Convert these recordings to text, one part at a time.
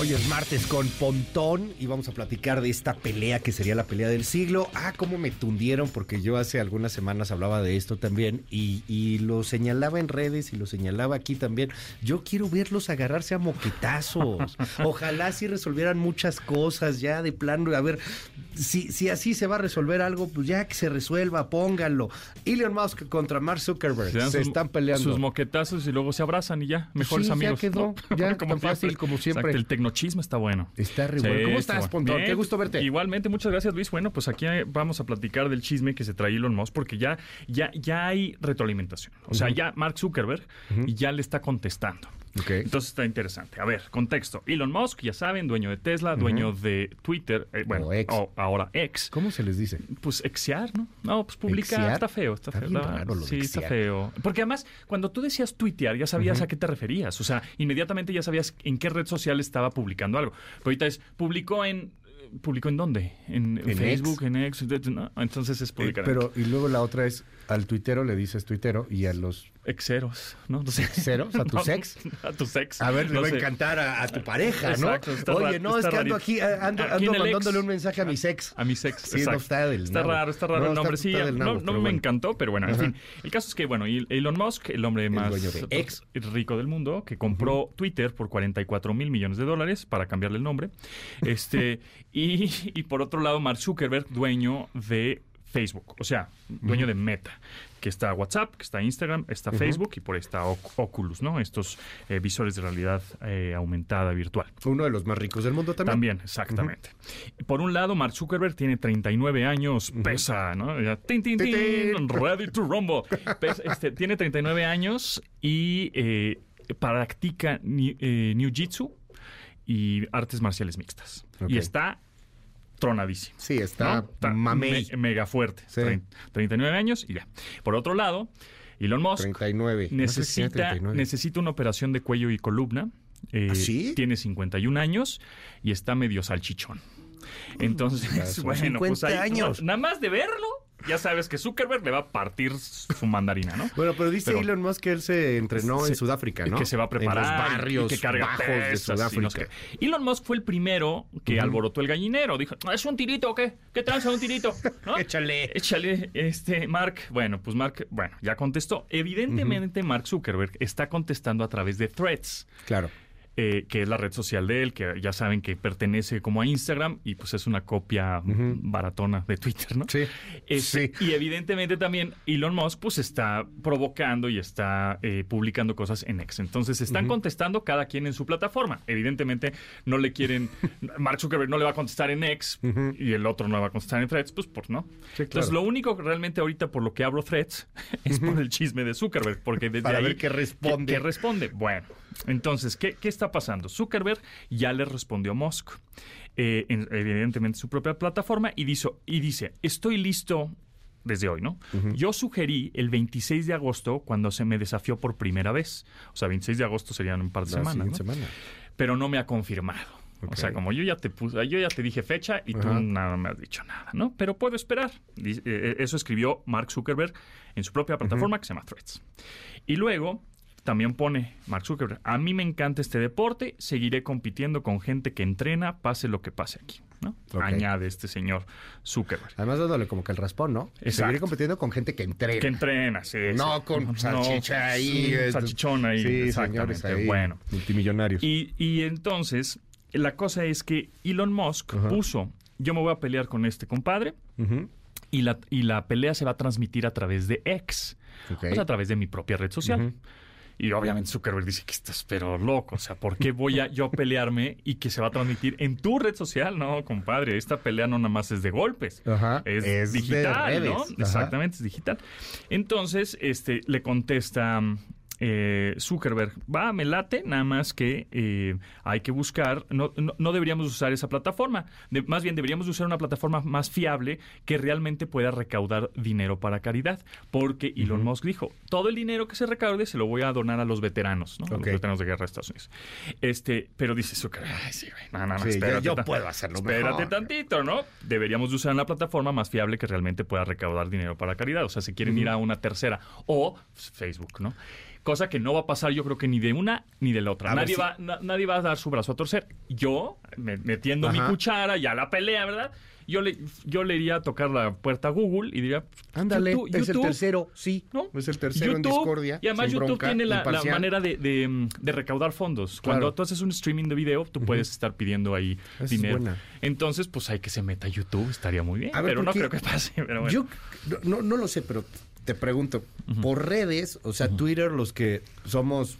Hoy es martes con Pontón y vamos a platicar de esta pelea que sería la pelea del siglo. Ah, cómo me tundieron, porque yo hace algunas semanas hablaba de esto también y, y lo señalaba en redes y lo señalaba aquí también. Yo quiero verlos agarrarse a moquetazos. Ojalá si resolvieran muchas cosas ya de plano. A ver, si, si así se va a resolver algo, pues ya que se resuelva, pónganlo. Elon Musk contra Mark Zuckerberg se, dan sus- están peleando. Sus moquetazos y luego se abrazan y ya, mejores Sí, ya amigos. quedó, ya, tan fácil como siempre. Exacto, el tecnochisme está bueno. Está re bueno. ¿Cómo estás, bueno. Pontón? Bien, Qué gusto verte. Igualmente, muchas gracias, Luis. Bueno, pues aquí eh, vamos a platicar del chisme que se trae Elon Musk, porque ya, ya, ya hay retroalimentación. O sea, ya Mark Zuckerberg ya le está contestando. Ok. Entonces está interesante. A ver, contexto. Elon Musk, ya saben, dueño de Tesla, dueño de Twitter, eh, bueno, O ex. o ahora ex. ¿Cómo se les dice? Pues exear, ¿no? No, pues publicar. Exear. Está feo, está, Está feo. bien la- raro lo de sí, está exear. feo. Porque además, cuando tú decías tuitear, ya sabías a qué te referías. O sea, inmediatamente ya sabías en qué red social estaba publicando algo. Pero ahorita es, publicó en. ¿Publicó en dónde? En, En Facebook, en X, ¿no? Entonces es Eh, publicar. en- pero, y luego la otra es, al tuitero le dices tuitero y a los... Exeros, ¿no? No sé. ¿Exeros? ¿A tus No, ex? A tus ex. A ver, le no va sé. a encantar a, a tu pareja, ¿no? Exacto, está Oye, raro, no, es está que ando rarito. aquí, eh, ando, Aquí ando en el ex. mandándole un mensaje a mis ex. A mis ex. Sí, no exacto. está del nabo. raro, está raro No, el está- nombre. sí, está del no- nabo, no, pero me bueno. encantó, pero bueno, en fin. El caso es que, bueno, y- Elon Musk, el hombre más dueño de X. rico del mundo, que compró Twitter por 44 mil millones de dólares para cambiarle el nombre. Este, y, y por otro lado, Mark Zuckerberg, dueño de Facebook, o sea, dueño de Meta, que está WhatsApp, que está Instagram, está Facebook y por ahí está Oc- Oculus, ¿no? Estos eh, visores de realidad eh, aumentada virtual. Uno de los más ricos del mundo también. También, exactamente. Por un lado, Mark Zuckerberg tiene 39 años, pesa, ¿no? Ya, tin, tin, Tin, tin, ready to rumble. Pesa, este, tiene 39 años y eh, practica ni- eh, New Jitsu y artes marciales mixtas. Ok. Y está tronadísimo. Sí, está, ¿no? Está mamey. me- mega fuerte. Sí. Trein- 39 años y ya. Por otro lado, Elon Musk 39. No sé si tiene necesita, 39. necesita una operación de cuello y columna. Eh, ¿Ah, sí? Tiene 51 años y está medio salchichón. Entonces, bueno, 50 pues ahí, Mm, años. Nada más de verlo, ya sabes que Zuckerberg le va a partir su mandarina, ¿no? Bueno, pero dice Pero- Elon Musk que él se entrenó en Se- Sudáfrica, ¿no? Que se va a preparar. En los y- barrios y que carga bajos de pesas y Sudáfrica. no sé qué. Elon Musk fue el primero que alborotó el gallinero. Dijo, ¿es un tirito o qué? ¿Qué tranza un tirito? ¿No? Échale. Échale, este, Mark. Bueno, pues Mark, bueno, ya contestó. Evidentemente, Mark Zuckerberg está contestando a través de threads Claro. eh, que es la red social de él, que ya saben que pertenece como a Instagram y pues es una copia baratona de Twitter, ¿no? Sí, Este, sí. Y evidentemente también Elon Musk pues está provocando y está eh, publicando cosas en X. Entonces están contestando cada quien en su plataforma. Evidentemente no le quieren, Mark Zuckerberg no le va a contestar en X y el otro no va a contestar en Threads, pues por no. Entonces lo único que realmente ahorita por lo que abro Threads es por el chisme de Zuckerberg, porque desde Para ahí ver qué responde. qué responde? Bueno, entonces, ¿qué, qué está pasando? Zuckerberg ya le respondió a Musk, eh, en- evidentemente su propia plataforma, y, dice, y dice, estoy listo desde hoy, ¿no? Yo sugerí el 26 de agosto cuando se me desafió por primera vez. O sea, 26 de agosto serían un par de La semanas, siguiente ¿no? semana. pero no me ha confirmado. O sea, como yo ya te puse, yo ya te dije fecha y tú nada me has dicho nada, ¿no? Pero puedo esperar. Dice- eh, Eso escribió Mark Zuckerberg en su propia plataforma que se llama Threads. Y luego también pone Mark Zuckerberg, a mí me encanta este deporte, seguiré compitiendo con gente que entrena, pase lo que pase aquí, ¿no? Ok. Añade este señor Zuckerberg. Además dándole como que el raspón, ¿no? Exacto. Seguir compitiendo con gente que entrena. Que entrena, sí. No sí. con salchicha ahí, sí, es- Salchichón ahí. Sí, exactamente. señores ahí. Bueno. Multimillonarios. Y, y entonces, la cosa es que Elon Musk puso, yo me voy a pelear con este compadre. Ujú. Y la, y la pelea se va a transmitir a través de X, Ok. o sea, a través de mi propia red social. Y obviamente Zuckerberg dice que estás pero loco, o sea, ¿por qué voy a yo a pelearme y que se va a transmitir en tu red social? No, compadre, esta pelea no nada más es de golpes. Ajá. Es, Es de digital, ¿no? redes. Ajá. Exactamente, es digital. Entonces, este, le contesta mm, eh, Zuckerberg, va, me late, nada más que eh, hay que buscar, no, no- no deberíamos usar esa plataforma, De- más bien deberíamos usar una plataforma más fiable que realmente pueda recaudar dinero para caridad, porque Elon Musk dijo, todo el dinero que se recaude se lo voy a donar a los veteranos, ¿no? A los Ok. veteranos de guerra de Estados Unidos. Este, pero dice Zuckerberg, ay, sí, güey, no, no, no, Sí, yo- espérate, yo tan- puedo hacerlo mejor. Espérate tantito, ¿no? Deberíamos de usar una plataforma más fiable que realmente pueda recaudar dinero para caridad. O sea, si quieren ir a una tercera o Facebook, ¿no? Cosa que no va a pasar, yo creo que ni de una ni de la otra. A ver nadie, si- va, na- nadie va a dar su brazo a torcer. Yo, me- metiendo mi Ajá. cuchara ya la pelea, ¿verdad? Yo le, yo le iría a tocar la puerta a Google y diría, Ándale, "YouTube, es el YouTube, tercero, sí. ¿no? Es el tercero en YouTube, discordia. Y además sin YouTube bronca, tiene la, la imparcial. manera de, de, mm, de recaudar fondos. Claro. Cuando tú haces un streaming de video, tú puedes estar pidiendo ahí es dinero. buena. Entonces, pues hay que se meta a YouTube, estaría muy bien. A ver, pero no porque creo que pase. Pero bueno. Yo no, no lo sé, pero Te pregunto, por redes, o sea, Twitter, los que somos,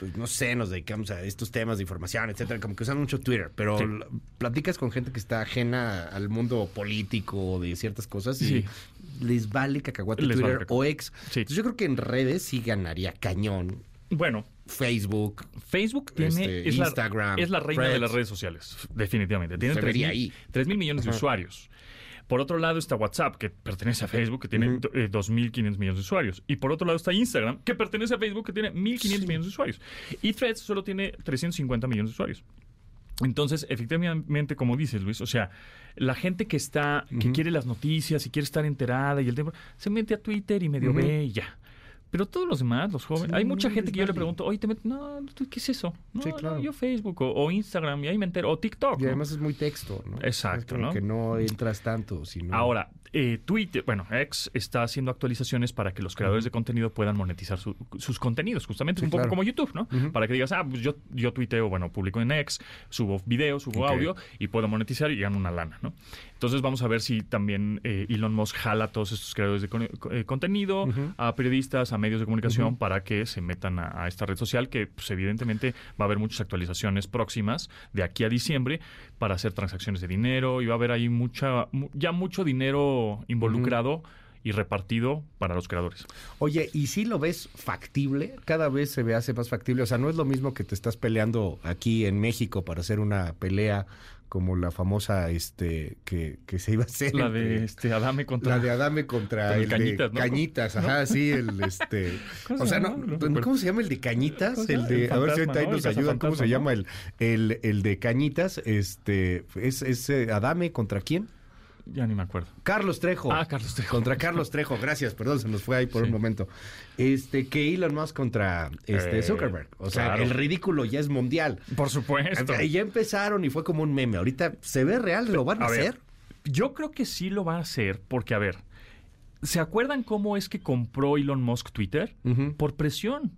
pues, no sé, nos dedicamos a estos temas de información, etcétera, como que usan mucho Twitter, pero Sí. l- platicas con gente que está ajena al mundo político de ciertas cosas y Sí. les vale cacahuate Les vale Twitter cacahuate. o ex. Sí. Entonces, yo creo que en redes sí ganaría cañón Bueno, Facebook. Facebook tiene Este, es la- Instagram, es la reina de Threads. las redes sociales, definitivamente. Tiene Se 3 vería mil, ahí. tres mil millones de usuarios. Por otro lado está WhatsApp, que pertenece a Facebook, que tiene do- eh, 2.500 millones de usuarios. Y por otro lado está Instagram, que pertenece a Facebook, que tiene 1.500 millones de usuarios. Y Threads solo tiene 350 millones de usuarios. Entonces, efectivamente, como dices, Luis, o sea, la gente que está, que quiere las noticias y quiere estar enterada y el tema, se mete a Twitter y medio ve y ya. Pero todos los demás, los jóvenes, hay mucha gente que yo le pregunto, oye, te metes, no, ¿tú ¿qué es eso? No, Sí, no, claro. yo Facebook o, o Instagram y ahí me entero, o TikTok. Y ¿no? además es muy texto, ¿no? Exacto, Es como ¿no? Que no entras tanto, sino... Ahora, eh, Twitter, bueno, X está haciendo actualizaciones para que los creadores de contenido puedan monetizar su- sus contenidos, justamente Sí, un poco claro. como YouTube, ¿no? Para que digas, ah, pues yo, yo tuiteo, bueno, publico en X, subo video, subo Ok. audio y puedo monetizar y gano una lana, ¿no? Entonces vamos a ver si también eh, Elon Musk jala a todos estos creadores de con- eh, contenido, a periodistas, a medios de comunicación, para que se metan a, a esta red social que, pues, evidentemente, va a haber muchas actualizaciones próximas de aquí a diciembre para hacer transacciones de dinero y va a haber ahí mucha, mu- ya mucho dinero involucrado y repartido para los creadores. Oye, ¿y si lo ves factible? Cada vez se ve hace más factible. O sea, no es lo mismo que te estás peleando aquí en México para hacer una pelea como la famosa este que, que se iba a hacer. La de entre- este Adame contra la de Adame contra Con el el, Cañitas, Cañitas, ¿no? Cañitas, ajá, sí, el este. ¿Cómo o se sea, no, llama? No me acuerdo. ¿cómo se llama el de Cañitas? Cosa, El el de, a ver si fantasma, ahorita ahí ¿no? El nos ayudan, ¿cómo cazafantasma, se ¿no? llama el, el, el de Cañitas? Este, es, es eh, Adame contra quién? ya ni me acuerdo. Carlos Trejo. Ah, Carlos Trejo. Contra Carlos Trejo, gracias, perdón, se nos fue ahí por Sí. un momento. Este, que Elon Musk contra este, Eh, Zuckerberg. O sea, claro. el ridículo ya es mundial. Por supuesto. Y ya empezaron y fue como un meme. Ahorita se ve real, lo van a, A ver, hacer. Yo creo que sí lo va a hacer porque, a ver, ¿se acuerdan cómo es que compró Elon Musk Twitter? Por presión.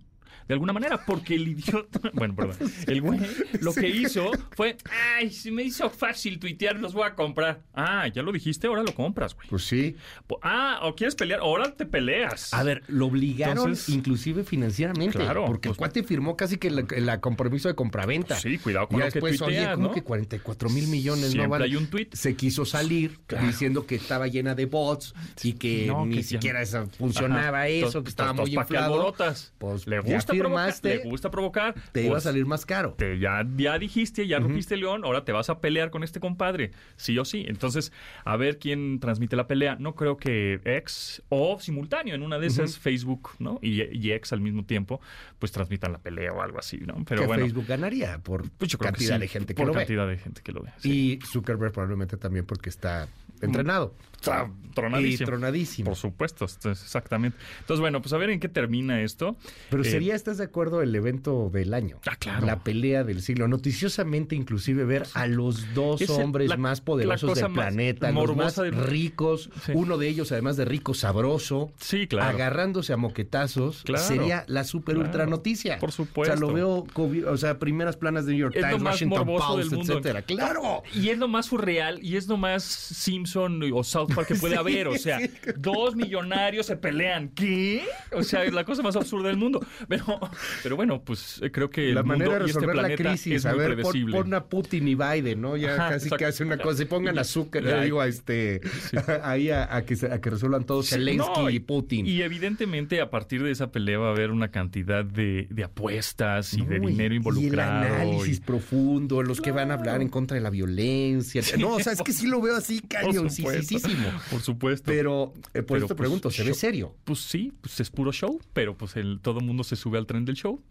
De alguna manera, porque el idiota. Bueno, perdón. El güey lo que hizo fue. Ay, se me hizo fácil tuitear, los voy a comprar. Ah, ya lo dijiste, ahora lo compras, güey. Pues sí. Po- Ah, o quieres pelear, ahora te peleas. A ver, lo obligaron Entonces- inclusive financieramente. Claro, Porque pues- el cuate firmó casi que la, la compromiso de compraventa. Sí, cuidado con Y lo que después, oye, tuiteas, ¿cómo ¿no? que 44 mil millones Siempre no vale? hay un tuit. Se quiso salir diciendo que estaba llena de bots y que No, ni que ya- siquiera esa- funcionaba Ajá. eso, Entonces, que estaba muy ¿para qué inflado. alborotas? Pues, le ya gusta firmaste, provocar. Le gusta provocar. Te iba a Pues, salir más caro. te- ya, ya dijiste, ya rompiste el león, ahora te vas a pelear con este compadre, sí o sí. Entonces, a ver quién transmite la pelea. No creo que ex o simultáneo, en una de esas Facebook ¿no? y, y ex al mismo tiempo, pues transmitan la pelea o algo así, ¿no? Pero que bueno, Facebook ganaría por pues yo creo que cantidad sí, de gente que por lo ve. cantidad de gente que lo ve. sí. Y Zuckerberg probablemente también porque está entrenado. Está Y tronadísimo. tronadísimo. Por supuesto, entonces, exactamente. Entonces, bueno, pues a ver en qué termina esto. Pero Eh, sería, ¿estás de acuerdo? El evento del año. Ah, claro. La pelea del siglo. Noticiosamente, inclusive, ver a los dos Es el- hombres la- más la poderosos cosa del más planeta, los más morbosa del- ricos, Sí. uno de ellos, además de rico, sabroso, Sí, claro. agarrándose a moquetazos, Claro. sería la super Claro. ultra noticia. Por supuesto. O sea, lo veo, cubi- o sea, primeras planas de New York Es lo Times, más Washington morboso Post, del mundo. etcétera. ¡Claro! Y es lo más surreal y es lo más Simpson o South Park que puede haber. O sea, dos millonarios se pelean. ¿Qué? O sea, es la cosa más absurda del mundo. Pero Pero, pero bueno, pues eh, creo que La el manera mundo de y este resolver la planeta crisis, es a muy ver, pon, predecible. pon a Putin y Biden, ¿no? Ya Ajá, casi que exacto. hace una cosa. Y pongan a Zucker, Ya. le digo, a este, ahí a, a que, se- a que resuelvan todos Sí, Zelensky no, y Putin. Y evidentemente a partir de esa pelea va a haber una cantidad de, de apuestas y de No, dinero involucrado. Y el análisis y- profundo, los que van a hablar en contra de la violencia. no, o sea, es que sí lo veo así por cañoncísimo. Por supuesto. Pero eh, por Pero, eso te pues, pregunto, ¿se ve yo- serio? pues sí, pues es puro show, pero pues el, todo el mundo se sube al tren del show.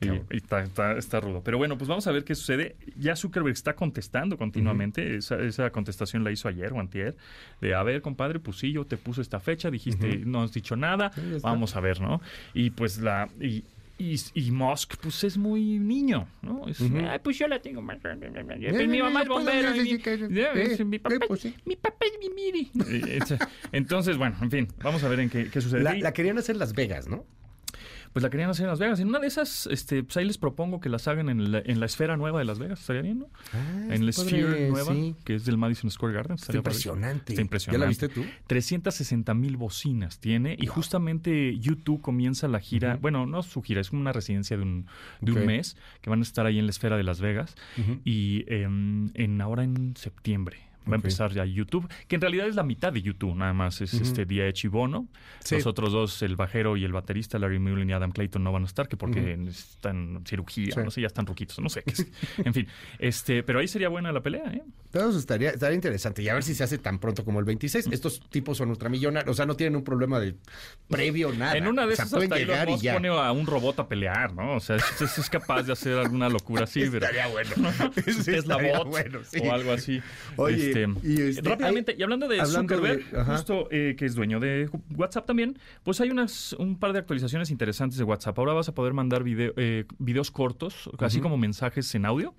Y, cabrón. y está, está- está rudo. Pero bueno, pues vamos a ver qué sucede. Ya Zuckerberg está contestando continuamente. esa, esa contestación la hizo ayer o antier. De, a ver, compadre, pues sí, yo te puse esta fecha, dijiste, no has dicho nada, ya está. vamos a ver, ¿no? Y pues la... Y, y, y Musk, pues es muy niño, ¿no? Es, "Ay, pues yo la tengo más. Pues mi mamá es bombero. y mi- Eh, mi papá eh, pues sí. mi papá es mi miri. Eh, esa- Entonces, bueno, en fin, vamos a ver en qué, qué sucede. La, Y, la querían hacer en Las Vegas, ¿no? Pues la querían hacer en Las Vegas. En una de esas, este, pues ahí les propongo que las hagan en la, en la esfera nueva de Las Vegas. ¿Estaría bien, no? Ah, en la Sphere nueva, que es del Madison Square Garden. Está estaría padrísimo. impresionante. Está impresionante. ¿Ya la viste tú? 360 mil bocinas tiene y justamente YouTube comienza la gira, bueno, no su gira, es como una residencia de un, de un Ok. mes que van a estar ahí en la esfera de Las Vegas Ujú. y em, en ahora en septiembre. Va a Ok. empezar ya YouTube, que en realidad es la mitad de YouTube, nada más es este día y Bono. Sí. Los otros dos, el bajero y el baterista, Larry Mullen y Adam Clayton, no van a estar, que porque están en cirugía, Sí. no sé, ya están ruquitos, no sé qué es. en fin, este, pero ahí sería buena la pelea, ¿eh? Pero eso estaría, estaría interesante. Y a ver si se hace tan pronto como el 26. Estos tipos son ultramillonarios. O sea, no tienen un problema de previo nada. En una de Ah, esas o sea, pueden hasta Elon llegar y Musk ya. pone a un robot a pelear, ¿no? O sea, es, es- es capaz de hacer alguna locura así, pero Estaría bueno. Este es Sí, Tesla estaría bot bueno, sí. o algo así. Oye, y este, rápidamente, y hablando de hablando de- Zuckerberg, ajá. justo eh, que es dueño de Ju- WhatsApp también, pues hay unas un par de actualizaciones interesantes de WhatsApp. Ahora vas a poder mandar video- eh, videos cortos, así como mensajes en audio.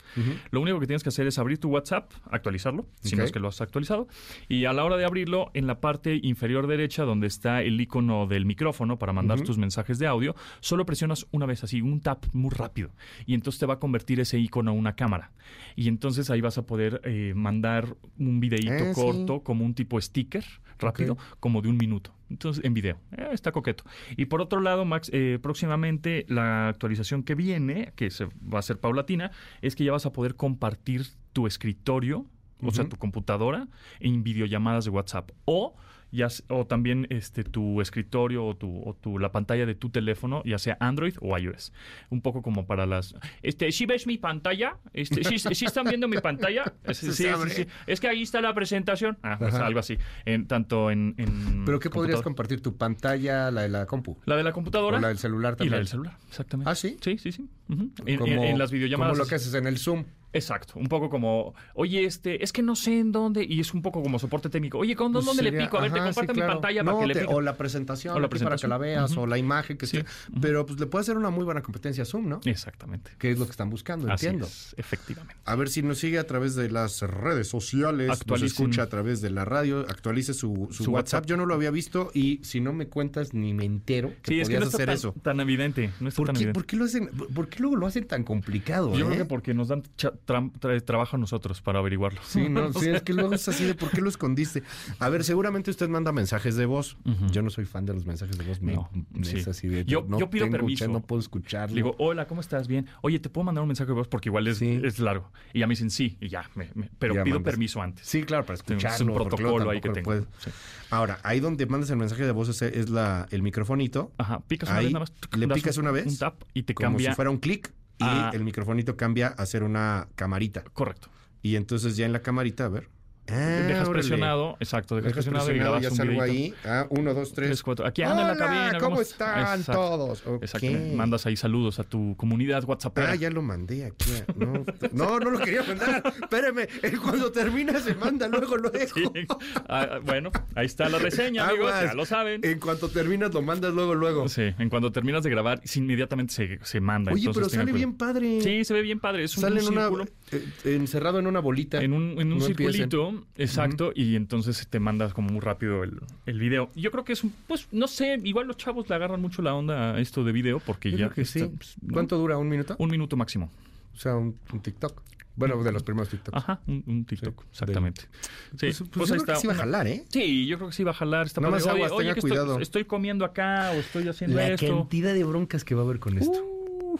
Lo único que tienes que hacer es abrir tu WhatsApp, actualizarlo, si no Ok. es que lo has actualizado, y a la hora de abrirlo, en la parte inferior derecha donde está el icono del micrófono para mandar tus mensajes de audio, solo presionas una vez así, un tap muy rápido, y entonces te va a convertir ese icono a una cámara. Y entonces ahí vas a poder eh, mandar un videíto Eh, sí. corto, como un tipo sticker, rápido, como de un minuto. Entonces, en video. Eh, está coqueto. Y por otro lado, Max, eh, próximamente la actualización que viene, que se va a ser paulatina, es que ya vas a poder compartir tu escritorio, o sea, tu computadora, en videollamadas de WhatsApp. O, ya, s- o también este, tu escritorio o, tu, o tu, la pantalla de tu teléfono, ya sea Android o iOS. Un poco como para las... Este, ¿Sí ves mi pantalla? Este, ¿sí, sí están viendo mi pantalla? Sí, sí, abre. sí. Es que ahí está la presentación. Ah, pues, algo así. En, tanto en... en ¿Pero qué podrías computadora. compartir? ¿Tu pantalla, la de la compu? La de la computadora. ¿O la del celular y también? la del celular, exactamente. ¿Ah, sí? Sí, sí, sí. Ujú. En- En, Como- en las videollamadas. Como lo que haces en el Zoom. Exacto, un poco como, oye, este, es que no sé en dónde, y es un poco como soporte técnico. Oye, ¿con dónde le Pues Sería- pico? A ver, te ajá, sí, comparto mi claro. pantalla No, para que le te- pico. O la presentación, O la aquí para que la presentación. veas, o la imagen que esté. Pero pues le puede hacer una muy buena competencia a Zoom, ¿no? Exactamente. Que es lo que están buscando, Así entiendo. es, efectivamente. A ver si nos sigue a través de las redes sociales, nos Actualicen. escucha a través de la radio, actualice su, su Su WhatsApp. WhatsApp. Yo no lo había visto y si no me cuentas ni me entero que sí, podías es que no está hacer tan, eso. tan evidente. No está ¿Por tan qué, evidente. por qué lo hacen? ¿Por qué luego lo hacen tan complicado? Yo eh? creo que porque nos dan cha- tra- tra- trabajo a nosotros para averiguarlo. Sí, no, sí, es que luego es así de por qué lo escondiste. A ver, seguramente usted manda mensajes de voz. Yo no soy fan de los mensajes de voz. Me, No, me sí. es así de. Yo- no yo pido tengo permiso. chat, no puedo escucharlo. Le digo, hola, ¿cómo estás? Bien. Oye, ¿te puedo mandar un mensaje de voz? Porque igual es, Sí. es largo. Y ya me dicen sí, y ya. me- me- pero Ya pido mandas. permiso antes. Sí, claro, para Tengo- escucharlo. es un porque luego protocolo ahí que tampoco tengo. lo Sí. Ahora, ahí donde mandas el mensaje de voz es, es la, el microfonito. Ajá, picas una Ahí vez nada más. le das picas una vez, Un tap y te como cambia. si fuera un clic y Ah. el microfonito cambia a ser una camarita. Correcto. Y entonces ya en la camarita, a ver. Ah, Dejas órale. presionado, exacto, dejas, Dejas presionado, y presionado, grabas ya un salgo videito. ahí. Ah, uno, dos, tres. Tres, cuatro. Aquí anda en la Hola, cabina. ¿Cómo est- están Exacto. todos? Ok. Exactamente. Mandas ahí saludos a tu comunidad WhatsApp. Ah, ya lo mandé aquí. No, no, no lo quería mandar. Espérame, eh, cuando termina se manda, luego lo dejo. Ah, bueno, ahí está la reseña, amigos, Aguas. Eh, ya lo saben. En cuanto terminas lo mandas luego, luego. Sí, en cuanto terminas de grabar, sí, inmediatamente se, se manda. Oye, entonces pero tengan sale cuidado. bien padre. Sí, se ve bien padre. Es un, Sale en una, círculo. eh, encerrado en una bolita. En un, en un No empiecen. circulito, exacto, y entonces te mandas como muy rápido el, el video. Y Yo creo que es un, pues, no sé, igual los chavos le agarran mucho la onda a esto de video porque Yo ya. creo que sí. está, pues, ¿no? ¿Cuánto dura? ¿Un minuto? Un minuto máximo. O sea, un, un TikTok. Bueno, de los primeros TikToks. Ajá, un, un TikTok, Sí, exactamente. Ah, Sí, Pues, pues yo ahí creo que sí va a una- jalar, ¿eh? Sí, yo creo que sí va a jalar. Está Nada padre. más Oye, aguas, oye, tenga que estoy- cuidado. Estoy, comiendo acá o estoy haciendo La esto. Uh, cantidad de broncas que va a haber con esto. Uh,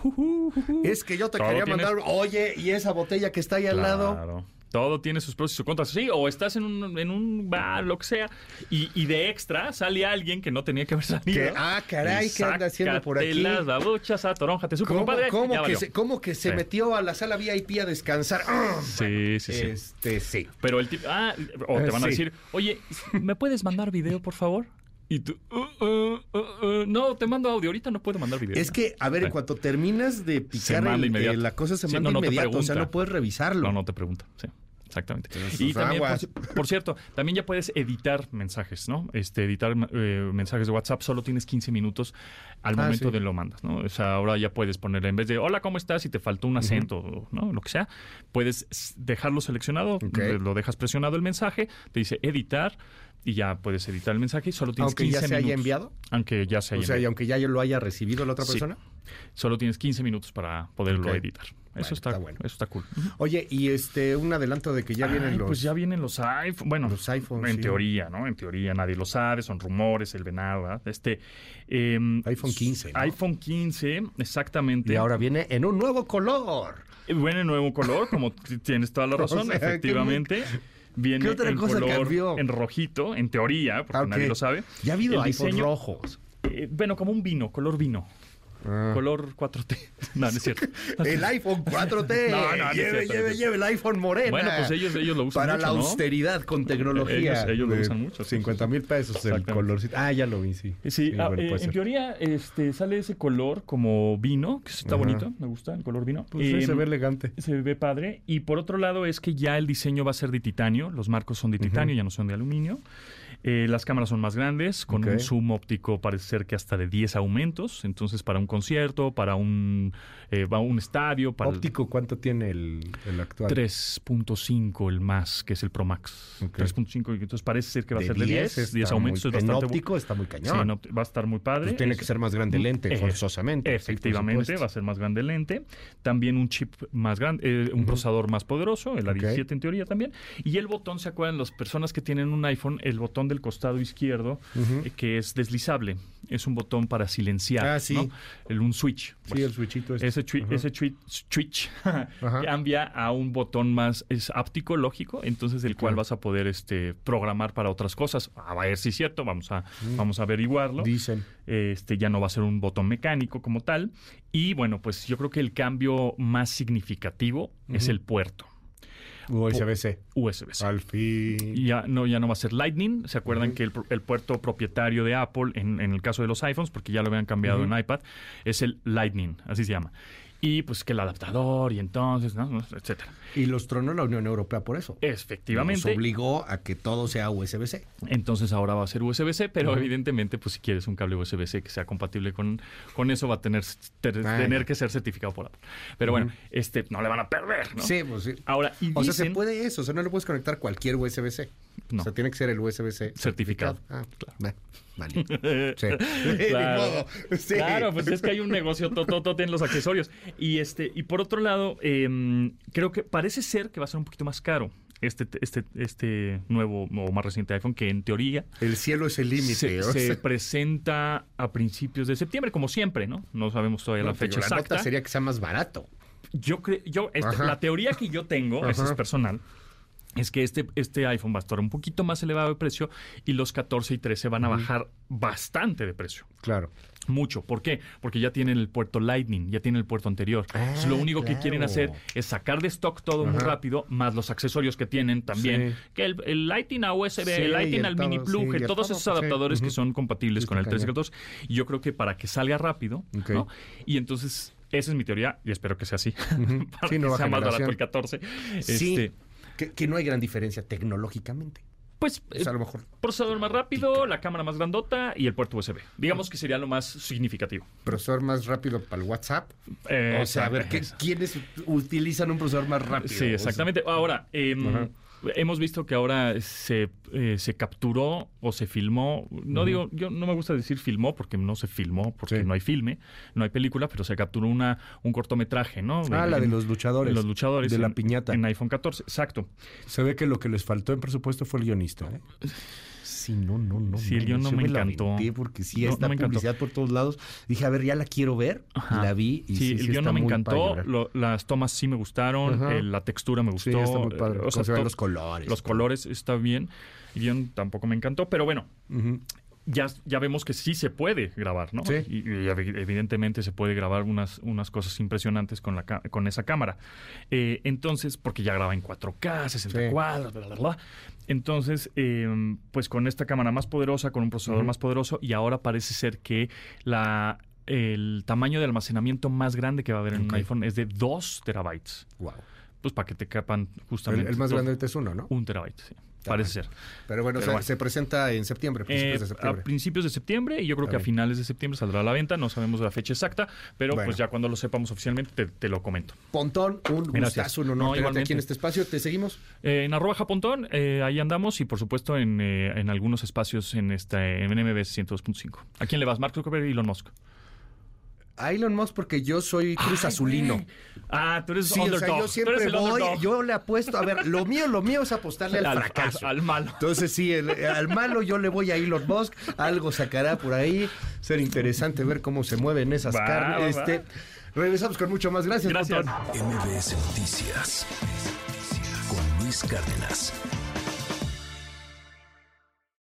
Es que yo te Todo quería tiene- mandar, oye, y esa botella que está ahí al lado. Claro. Todo tiene sus pros y sus contras. Sí, o estás en un, en un bar, lo que sea, y, y de extra sale alguien que no tenía que haber salido. Que, ah, caray, Y ¿qué anda haciendo por sácate aquí? las babuchas, atorónjate, supo, ¿Cómo, compadre. cómo Ya que valió. se, cómo que se Sí. metió a la sala VIP a descansar? ¡Ah! Sí, sí, sí. Este, sí. Pero el tipo. Ah, o te van a Sí. decir, oye, ¿me puedes mandar video, por favor? Y tú, "Uh, uh, uh, uh, no, te mando audio. Ahorita no puedo mandar video. Es que, a ver, en Sí. cuanto terminas de Se picar manda el- inmediato. eh, la cosa, se Sí, manda no, no te inmediato. O sea, pregunta. no puedes revisarlo. No, no te pregunta. Sí, exactamente. sus Y también, por, aguas. ci- por cierto, también ya puedes editar mensajes, ¿no? Este, editar eh, mensajes de WhatsApp, solo tienes 15 minutos al Ah, momento sí. de lo mandas, ¿no? O sea, ahora ya puedes poner, en vez de hola, ¿cómo estás? Si te faltó un acento, ¿no? Lo que sea, puedes s- dejarlo seleccionado, de- lo dejas presionado el mensaje, te dice editar y ya puedes editar el mensaje y solo tienes Aunque 15 ya se haya minutos. enviado. Aunque ya se haya O sea, y enviado. aunque ya yo lo haya recibido la otra Sí. persona. Solo tienes 15 minutos para poderlo Ok. editar. Eso Bueno, está, está bueno. Eso está cool. Oye, y este, un adelanto de que ya Ay, vienen los. Pues ya vienen los iPhones. Bueno, los iPhones, En sí. teoría, ¿no? En teoría, nadie lo sabe, son rumores, el venado, ¿verdad? Este. em, iPhone 15, ¿no? iPhone 15, exactamente. Y ahora viene en un nuevo color. Eh, Viene nuevo color, como t- tienes toda la razón, sea, ¿qué- efectivamente. Viene qué otra en cosa color cambió? en rojito, en teoría, porque Ah, ok. nadie lo sabe. Ya ha habido El iPhones diseño- rojos. eh, bueno, como un vino, color vino. Ah. Color 4T. No, no es cierto. El iPhone 4T. No, no, no lleve, es cierto, no es lleve, cierto. lleve el iPhone morena. Bueno, pues ellos- ellos lo usan Para mucho, la ¿no? austeridad con tecnología. Ellos- ellos lo De usan mucho, sí, 50 mil pesos el Exactamente. colorcito. Ah, ya lo vi, sí. Sí, ah, bueno, eh, puede en ser. teoría este, sale ese color como vino, que está bonito, me gusta el color vino. Pues sí, Eh, se ve elegante. se ve padre. Y por otro lado es que ya el diseño va a ser de titanio, los marcos son de titanio, ya no son de aluminio. Eh, las cámaras son más grandes, con un Ok. zoom óptico parece ser que hasta de 10 aumentos. Entonces, para un concierto, para un, eh, va a un estadio, para el- Óptico, ¿cuánto tiene el, el actual? 3.5 el más, que es el Pro Max. Ok. 3.5, entonces parece ser que va a De ser de 10. 10, está aumentos muy- es en bastante bu- óptico está muy Sí, cañón. no, va a estar muy padre. Pues tiene que Eso- ser más grande el lente, Eh, forzosamente. sí, por Efectivamente, supuesto. va a ser más grande el lente. También un chip más grande, eh, un procesador más poderoso, el A17 en teoría también. Y el botón, ¿se acuerdan? Las personas que tienen un iPhone, el botón del costado izquierdo, eh, que es deslizable, es un botón para silenciar. Ah, sí. ¿no? El- un switch. Sí, pues. el switchito este. Ese, twi- ese twi- switch cambia a un botón más es áptico, lógico, entonces el cual vas a poder este, programar para otras cosas. A ver si es cierto, vamos a, Mm. vamos a averiguarlo. Dicen. Este ya no va a ser un botón mecánico como tal. Y bueno, pues yo creo que el cambio más significativo es el puerto USB-C. USB-C. Al fin. Ya no, ya no va a ser Lightning. ¿Se acuerdan que el, pro- el puerto propietario de Apple, en, en el caso de los iPhones, porque ya lo habían cambiado en iPad, es el Lightning, así se llama. Y pues que el adaptador y entonces, ¿no? ¿no? etcétera. Y los tronó la Unión Europea por eso. Nos Efectivamente. obligó a que todo sea USB-C. Entonces ahora va a ser USB-C, pero evidentemente, pues si quieres un cable USB-C que sea compatible con, con eso, va a tener, ter- Ah, tener ya. que ser certificado por Apple. Pero bueno, este no le van a perder, ¿no? Sí, pues sí. Ahora, y O sea, se dicen- puede eso. O sea, no le puedes conectar cualquier USB-C. No. O sea, tiene que ser el USB-C. Certificado. Ah, claro. Vale. Sí. Claro. Ni modo. Sí. Claro, pues es que hay un negocio tototote en los accesorios. Y este, y por otro lado, eh, creo que parece ser que va a ser un poquito más caro este, este, este nuevo o más reciente iPhone, que en teoría El cielo es el límite. se, o se sea. presenta a principios de septiembre, como siempre, ¿no? No sabemos todavía la No, pero fecha la exacta. nota sería que sea más barato. Yo creo, yo, esta- Ajá. la teoría que yo tengo, esa es Ajá. personal. Es que este, este iPhone va a estar un poquito más elevado de precio y los 14 y 13 van a bajar bastante de precio. Claro. Mucho. ¿Por qué? Porque ya tienen el puerto Lightning, ya tienen el puerto anterior. Ah, Entonces, lo único que quieren hacer es sacar de stock todo muy rápido, más los accesorios que tienen también. Sí. Que el, el Lightning a USB, Sí, el y Lightning el al todo, Mini Plug, sí, el- y el todos todo, esos sí, adaptadores que ujú. son compatibles Sí, con el está 3 y el cañón. 2. Y yo creo que para que salga rápido, Ok. ¿no? Y entonces, esa es mi teoría, y espero que sea así. para Sí, que nueva sea más barato generación. el 14. Sí. Este, Que, que no hay gran diferencia tecnológicamente. pues. O sea, a lo mejor. Procesador más rápido, la cámara más grandota y el puerto USB. Digamos que sería lo más significativo. Procesador más rápido para el WhatsApp. Eh, o sea, a ver, ¿qué- exacto. ¿quiénes utilizan un procesador más rápido? Sí, exactamente. Ahora, eh, Hemos visto que ahora se, eh, se capturó o se filmó, no digo, yo no me gusta decir filmó porque no se filmó, porque Sí. no hay filme, no hay película, pero se capturó una, un cortometraje, ¿no? Ah, la de en- los luchadores. Los luchadores. De la en- piñata. En iPhone 14, exacto. Se ve que lo que les faltó en presupuesto fue el guionista. ¿eh? Sí, no, no, no. Sí, el guion no yo me encantó. aventé porque sí, No, está no me encantó. publicidad por todos lados. Dije, a ver, ya la quiero ver. Ajá. La vi y sí, sí, el sí guión está no me muy para encantó, llorar. lo- las tomas sí me gustaron, Ajá. eh, la textura me Sí, gustó. está muy padre. eh, o Cómo sea, se ven to- los colores. Los colores está bien. El guión tampoco me encantó, pero bueno, Ujú. ya, ya vemos que sí se puede grabar, ¿no? Sí. Y, y evi- evidentemente se puede grabar unas, unas cosas impresionantes con, la, ca- con esa cámara. Eh, entonces, porque ya graba en 4K, 60 Sí. cuadros, bla, bla, bla. Entonces, eh, pues con esta cámara más poderosa, con un procesador más poderoso, y ahora parece ser que la, el tamaño de almacenamiento más grande que va a haber en un iPhone es de 2 terabytes. Guau. Pues para que te capan El, justamente. el más dos- grande ahorita es uno, ¿no? Un terabyte, sí. Parece ser. Pero bueno, Pero se, bueno. se presenta en septiembre, principios Eh, de A septiembre. principios de septiembre y yo creo que a bien. finales de septiembre saldrá a la venta. No sabemos la fecha exacta, pero Bueno. pues ya cuando lo sepamos oficialmente te, te lo comento. Pontón, un gustazo, un No, honor tenerte igualmente. aquí en este espacio. ¿Te seguimos? Eh, en arroba japontón, eh, ahí andamos y por supuesto en, eh, en algunos espacios en, esta, en MBS 102.5. ¿A quién le vas? ¿Mark Zuckerberg y Elon Musk? A Elon Musk porque yo soy Cruz Azulino. Ah, tú eres Sí, o underdog. sea, yo Tú eres siempre el voy, underdog. yo le apuesto, a ver, lo mío, lo mío es apostarle al, Al- fracaso. al- al malo. Entonces sí, el- al malo yo le voy a Elon Musk, algo sacará por ahí, ser interesante ver cómo se mueven esas Va, va, va. carnes. Este, regresamos con mucho más, gracias. Gracias. Pontón. MBS Noticias con Luis Cárdenas.